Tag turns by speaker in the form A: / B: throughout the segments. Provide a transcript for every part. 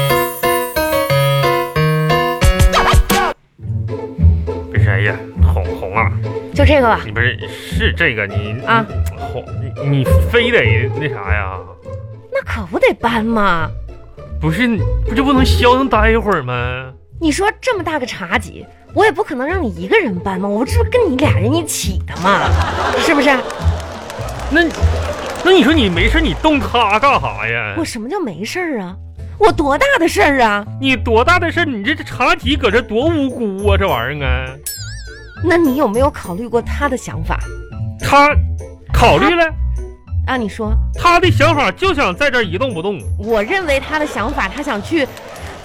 A: 哎
B: 就这个吧。
A: 啊你不是是这个你
B: 啊
A: 好你你非得那啥呀？
B: 那可不得搬吗？
A: 不是你不就不能消停待一会儿吗？
B: 你说这么大个茶几，我也不可能让你一个人搬嘛，我这不跟你俩人一起的嘛，是不是？
A: 那那你说你没事你动它干啥呀
B: 我？什么叫没事儿啊？我多大的事儿啊？
A: 你多大的事儿？你这茶几搁这多无辜啊！这玩意儿啊，
B: 那你有没有考虑过他的想法
A: 他考虑了，
B: 啊？你说，
A: 他的想法就想在这儿一动不动。
B: 我认为他的想法，他想去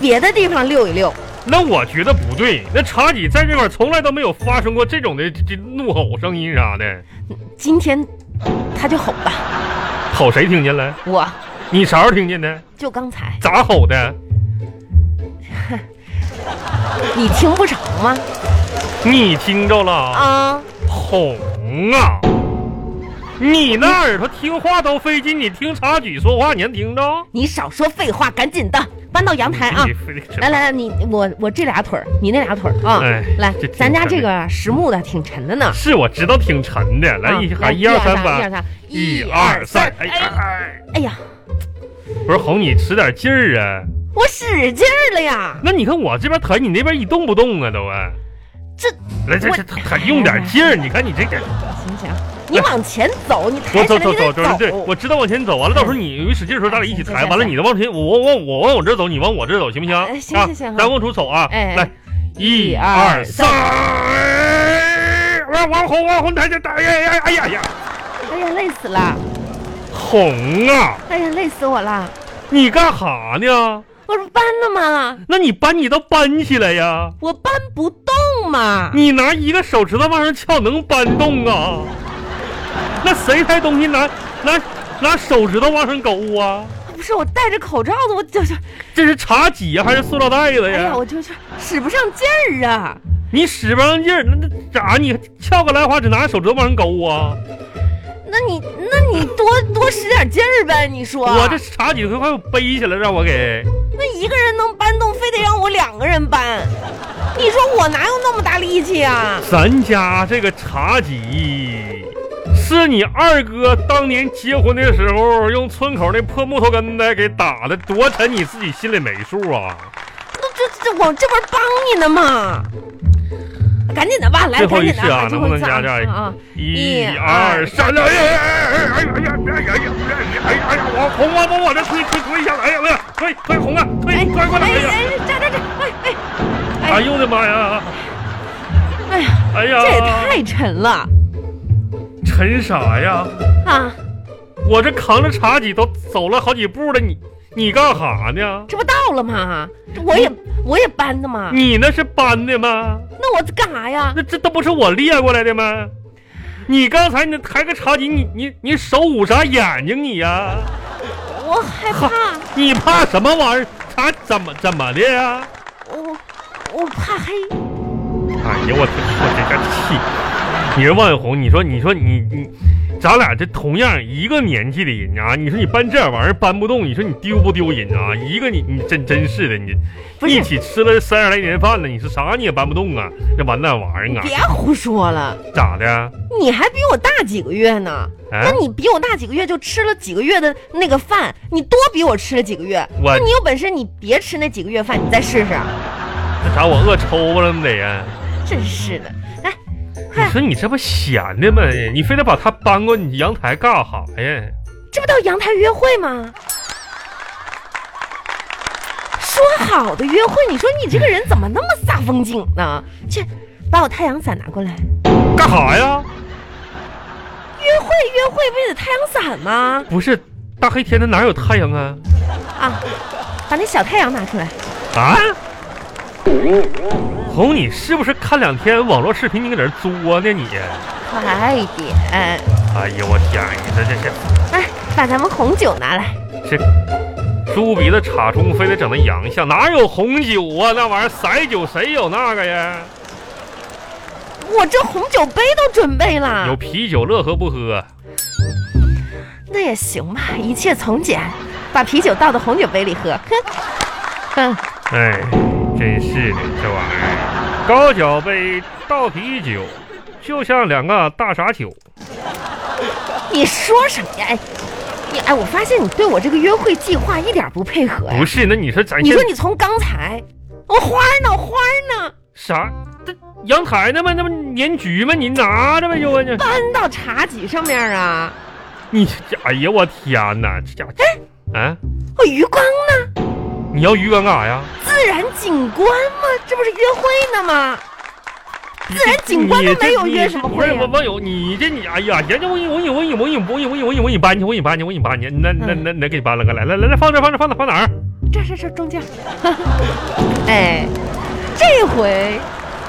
B: 别的地方溜一溜。
A: 那我觉得不对，那茶几在这块儿从来都没有发生过这种的这这怒吼声音啥的，
B: 今天他就吼吧，
A: 吼谁听见了？
B: 我
A: 你啥时候听见的？
B: 就刚才，
A: 咋吼的？
B: 你听不着吗？
A: 你听着了？
B: 啊，
A: 哄啊！你那耳朵听话都费劲，你听插曲说话你能听着？
B: 你少说废话，赶紧的搬到阳台啊！
A: 你非得
B: 来来来，你我我这俩腿儿，你那俩腿儿啊！
A: 哎
B: 来
A: 这，挺
B: 咱家
A: 沉
B: 这个实木的挺沉的呢。
A: 是我知道挺沉的，来
B: 啊
A: 一喊一二三
B: 一二
A: 吧，
B: 三，
A: 一二三，哎哎
B: 哎
A: 哎！
B: 哎呀，
A: 不是哄你使点劲儿啊？
B: 我使劲儿了呀！
A: 那你看我这边抬，你那边一动不动啊都啊！
B: 这
A: 来这
B: 我
A: 这还用点劲儿，你看你这个，
B: 行行，你往前走，你
A: 我
B: 抬起
A: 哎走
B: 来
A: 走
B: 你
A: 走
B: 哎得
A: 走，对，
B: 走。嗯
A: 我知道往前走，完了啊到时候你有使劲的时候咱俩一起抬，完了你再往前，我我我我往我这走，你往我这走，行不行？
B: 哎行
A: 啊
B: 行行好
A: 咱往出走啊，
B: 哎
A: 来。一
B: 一
A: 二
B: 二
A: 三哎
B: 三，
A: 王王红王红抬起抬，哎呀哎呀哎呀，
B: 哎呀，累死了！
A: 红啊，
B: 哎呀，累死我了！
A: 你干哈呢？
B: 我说搬呢嘛，
A: 那你搬你倒搬起来呀！
B: 我搬不动嘛。
A: 你拿一个手指头往上翘，能搬动啊？那谁抬东西拿拿拿手指头往上勾啊？
B: 不是我戴着口罩呢，我就是，
A: 这是茶几呀，还是塑料袋子
B: 哎
A: 呀
B: 呀，？我就是使不上劲儿啊！
A: 你使不上劲儿，那那咋？你翘个兰花指，拿手指头往上勾啊？
B: 那你那你多多使点劲儿呗，你说
A: 我这茶几都快背起来，让我给。
B: 那一个人能搬动，非得让我两个人搬，你说我哪有那么大力气啊？
A: 咱家这个茶几，是你二哥当年结婚的时候用村口那破木头根子给打的，多沉你自己心里没数啊！
B: 那这这我这不是帮你呢吗？赶紧的吧，来，
A: 最后
B: 赶
A: 一
B: 紧的
A: 次啊，能不能
B: 最
A: 加
B: 后一次啊
A: 价
B: 啊？？
A: 一二三，哎呀哎呀哎呀哎呀哎呀哎呀哎呀哎呀！我红啊，往我这推推推一下，哎呀哎呀，推推红啊，推
B: 哎
A: 推过来，哎
B: 哎
A: 呀！
B: 哎，这这这，哎哎
A: 哎呦我的妈呀！
B: 哎呀，
A: 哎呀，
B: 这也太沉了
A: 沉啥呀？
B: 啊！
A: 我这扛着茶几都走了好几步了，你你干哈呢？
B: 这不到了吗？这我
A: 嗯
B: 也我也搬的嘛，
A: 你那是搬的吗？
B: 那我干啥呀？
A: 那这都不是我列过来的吗？你刚才你抬个茶几，你你你手捂啥眼睛你呀、
B: 我害怕，
A: 你怕什么玩意儿？他怎么怎么的呀？
B: 我我怕黑。
A: 哎呀，我我这个气！你说万红，你说你说你你，咱俩这同样一个年纪的人啊，你说你搬这玩意儿搬不动，你说你丢不丢人啊？一个你你真真是的，你
B: 不是
A: 一起吃了三十来年饭了，你说啥你也搬不动啊？这完蛋玩意儿啊，
B: 别胡说了，
A: 咋的？
B: 你还比我大几个月呢。
A: 啊
B: 那你比我大几个月就吃了几个月的那个饭，你多比我吃了几个月。
A: 我
B: 那你有本事你别吃那几个月饭，你再试试。
A: 那啥，我饿抽巴了没得呀？
B: 真是的，哎来，
A: 你
B: 快，
A: 说你这不闲的吗？你非得把它搬过你阳台干啥呀？
B: 这不到阳台约会吗？说好的约会，你说你这个人怎么那么煞风景呢？去，把我太阳伞拿过来。
A: 干啥呀？
B: 约会约会不也得太阳伞吗？
A: 不是大黑天的哪有太阳啊？
B: 啊，把那小太阳拿出来。
A: 啊？红，你是不是看两天网络视频你搁那作呢你？
B: 快一点，
A: 哎呀，我天，你这这
B: 哎，把咱们红酒拿来。
A: 这这猪鼻子插葱，非得整那洋相，哪有红酒啊？那玩意儿色酒谁有那个呀？
B: 我这红酒杯都准备
A: 有
B: 了，
A: 啤酒乐呵不喝？
B: 那也行吧，一切从简，把啤酒倒到红酒杯里喝。哼，
A: 哎，真是的，这玩意儿，高脚杯倒啤酒，就像两个大傻球。
B: 你说什么呀？哎，你哎，我发现你对我这个约会计划一点不配合呀
A: 不。是，那你说咱
B: 你
A: 现
B: 说你从刚才，我花儿呢？我花儿呢？
A: 啥？这阳台那不那不年菊吗？你拿着呗，就你
B: 搬到茶几上面啊？
A: 你这哎呀，我天哪，这家伙，啊，
B: 我鱼缸哦呢？
A: 你要鱼缸干啥呀？
B: 自然景观吗？这不是约会呢吗？自然景观
A: 你
B: 都没有
A: 这
B: 约
A: 你
B: 什么
A: 不是
B: 会呀
A: 我网友，你这你哎呀，人家我给你我给你我给你我给你我给你我给你我给你搬去，我给你搬去，我给你搬去，那那
B: 嗯
A: 那那给你搬了个来来来来放这放这放哪放哪儿？
B: 这这这中间， 哎，这回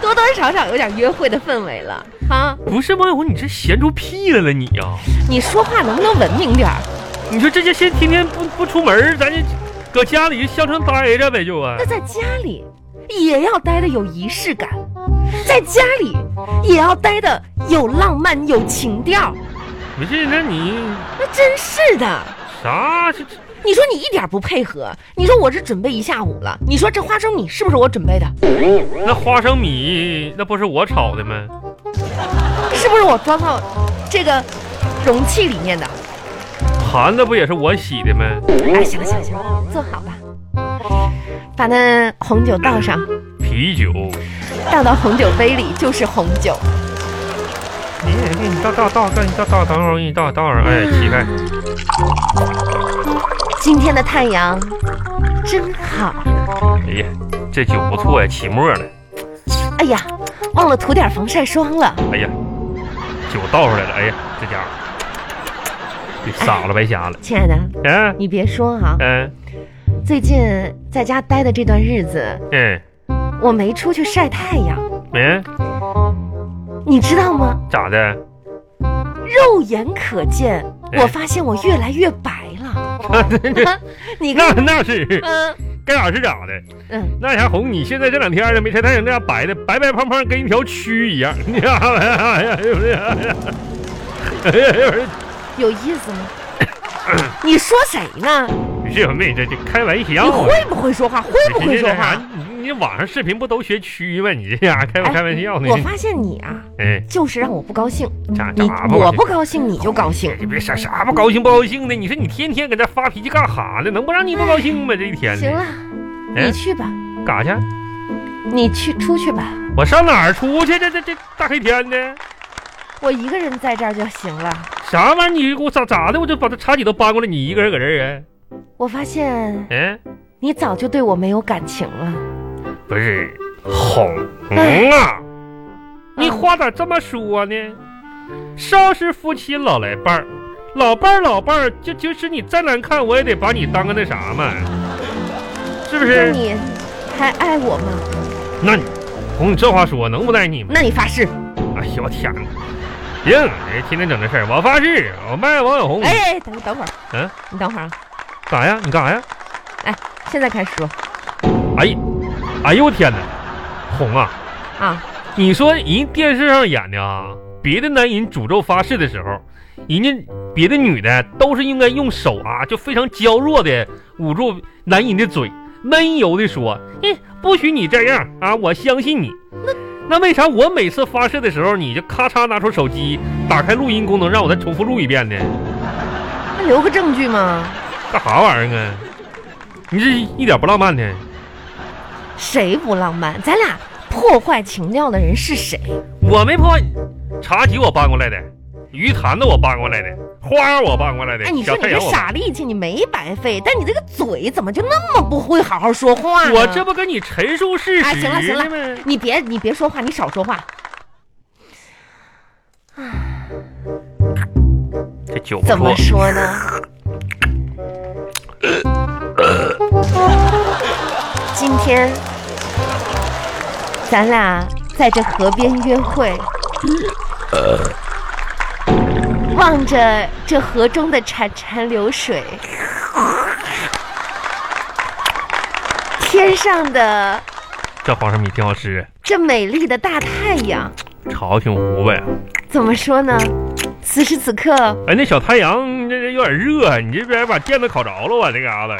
B: 多多少少有点约会的氛围了啊！
A: 不是网友，你这闲出屁来了你呀、
B: 你说话能不能文明点儿？
A: 你说这些现天天不不出门儿，咱就搁家里就乡村待着呗，就啊
B: 那。在家里也要待的有仪式感，在家里也要待的有浪漫、有情调。
A: 不是，那你
B: 那真是的，
A: 啥这
B: 你说你一点不配合，你说我这准备一下午了，你说这花生米是不是我准备的？
A: 那花生米那不是我炒的吗？
B: 是不是我装到这个容器里面的？
A: 盘子不也是我洗的吗？
B: 哎，行了行了行了，坐好吧，把那红酒倒上，
A: 啤酒，
B: 倒到红酒杯里就是红酒。
A: 你也给你倒倒倒倒倒倒倒容易倒倒上，哎，起开。
B: 今天的太阳真好，
A: 哎呀，这酒不错呀，起沫了。
B: 哎呀，忘了涂点防晒霜了。
A: 哎呀，酒倒出来了。哎呀，这家伙给傻了白瞎了。
B: 亲爱的，
A: 嗯
B: 你别说哈、
A: 嗯
B: 最近在家待的这段日子，
A: 嗯
B: 我没出去晒太阳，
A: 嗯，
B: 你知道吗？
A: 咋的？
B: 肉眼可见，
A: 哎
B: 我发现我越来越白了。你
A: 那
B: 看，
A: 那是
B: 嗯
A: 该咋是咋的。
B: 嗯，
A: 那家红，你现在这两天呢没晒太阳，那家白的白白胖胖，跟一条蛆一样，你知道吗？哎呀，是不是？哎呀，
B: 有意思吗？ 你说谁呢？
A: 你这小妹，这这开玩
B: 你
A: 笑呢，
B: 会不会说话？会不会
A: 哦你这
B: 说
A: 这啥
B: 话？？哎
A: 你你网上视频不都学蛆吗？你这家开不开玩笑呢？啊
B: 我发现你啊，
A: 哎，
B: 就是让我不高兴。
A: 咋
B: 你
A: 咋
B: 我不高兴，你就高兴。
A: 哎你别啥啥不高兴不高兴的，你说你天天搁这发脾气干哈呢？能不让你不高兴吗？这一天
B: 行啊
A: 的
B: 了，
A: 嗯
B: 你去吧，
A: 干啥去？
B: 你去出去吧，
A: 我上哪儿出去？这这这大黑天的，
B: 我一个人在这儿就行了。
A: 啥玩意儿？你给我咋咋的？我就把这茶几都搬过来，你一个人搁这儿啊？
B: 我发现
A: 嗯、
B: 你早就对我没有感情了。
A: 不是哄啊！你话咋这么说呢？少时夫妻老来伴儿，老伴儿老伴儿，就就是你再难看，我也得把你当个那啥嘛，是不
B: 那
A: 是？
B: 你还爱我吗？
A: 那你哄你这话说，能不带你吗？
B: 那你发誓。
A: 哎呦我天哪！别整这天天整这事儿，我发誓，我卖王小红。
B: 哎，等等会儿，
A: 嗯，
B: 你等会儿啊，
A: 干啥呀？你干啥呀？
B: 现在开始说
A: 哎呀，哎呦我天哪！红啊，
B: 啊，
A: 你说人电视上演的啊，别的男人诅咒发誓的时候，人家别的女的都是应该用手啊，就非常娇弱的捂住男人的嘴，温柔的说：“哎，不许你这样啊，我相信你。”那为啥我每次发誓的时候，你就咔嚓拿出手机，打开录音功能，让我再重复录一遍呢？
B: 那留个证据嘛？
A: 干啥玩意儿啊？你这一点不浪漫呢？
B: 谁不浪漫？咱俩破坏情调的人是谁？
A: 我没破，茶几我搬过来的，鱼坛子我搬过来的，花儿我搬过来的，
B: 哎，你说
A: 小
B: 你
A: 太
B: 这
A: 阳我搬。
B: 傻力气你没白费，但你这个嘴怎么就那么不会好好说话呢？
A: 我这不跟你陈述事
B: 哎
A: 实
B: 行了行了
A: 呢吗？
B: 你别你别说话，你少说话。
A: 这酒不
B: 怎么
A: 错，
B: 说呢？ 今天咱俩在这河边约会，望着这河中的潺潺流水，天上的
A: 这花生米挺好吃，
B: 这美丽的大太阳，
A: 炒挺糊呗。
B: 怎么说呢？此时此刻，
A: 哎，那小太阳这这有点热啊，你这边把垫子烤着了吧？这嘎达，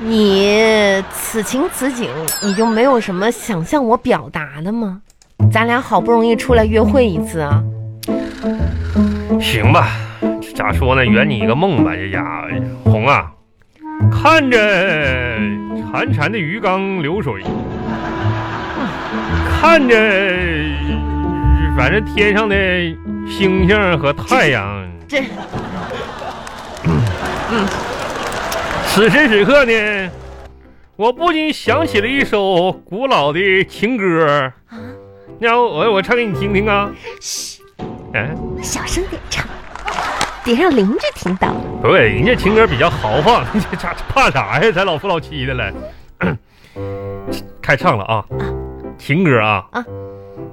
B: 你此情此景，你就没有什么想向我表达的吗？咱俩好不容易出来约会一次啊，
A: 行吧，咋说呢？圆你一个梦吧，这家伙，红啊，看着潺潺的鱼缸流水，看着反正天上的星星和太阳，
B: 这
A: 此时此刻呢，我不禁想起了一首古老的情歌。那我我唱给你听听啊。哎，
B: 小声点唱，得让邻居听到。
A: 不对，人家情歌比较豪放， 这咋怕啥呀？咱 老夫老妻的了，开唱了啊！情歌啊！
B: 啊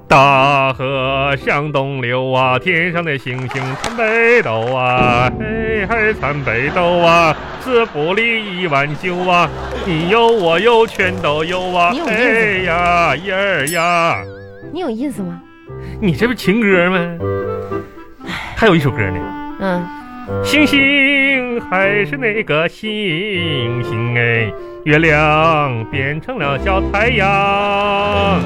A: 大河向东流啊，天上的星星参北斗啊，嘿嘿参北斗啊，自不离一碗酒啊，你有我有全都有啊
B: 你有，意思
A: 哎呀呀呀！
B: 你有意思吗？
A: 你这不情歌吗？还有一首歌呢。
B: 嗯，
A: 星星还是那个星星哎，月亮变成了小太阳，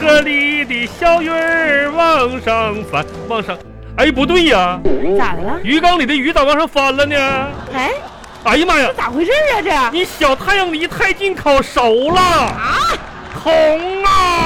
A: 河里的小鱼儿往上翻，往上，哎，不对呀，
B: 咋的了？
A: 鱼缸里的鱼咋往上翻了呢？
B: 哎，
A: 哎呀妈呀，
B: 咋回事啊？这
A: 你小太阳离太近烤熟了，红啊！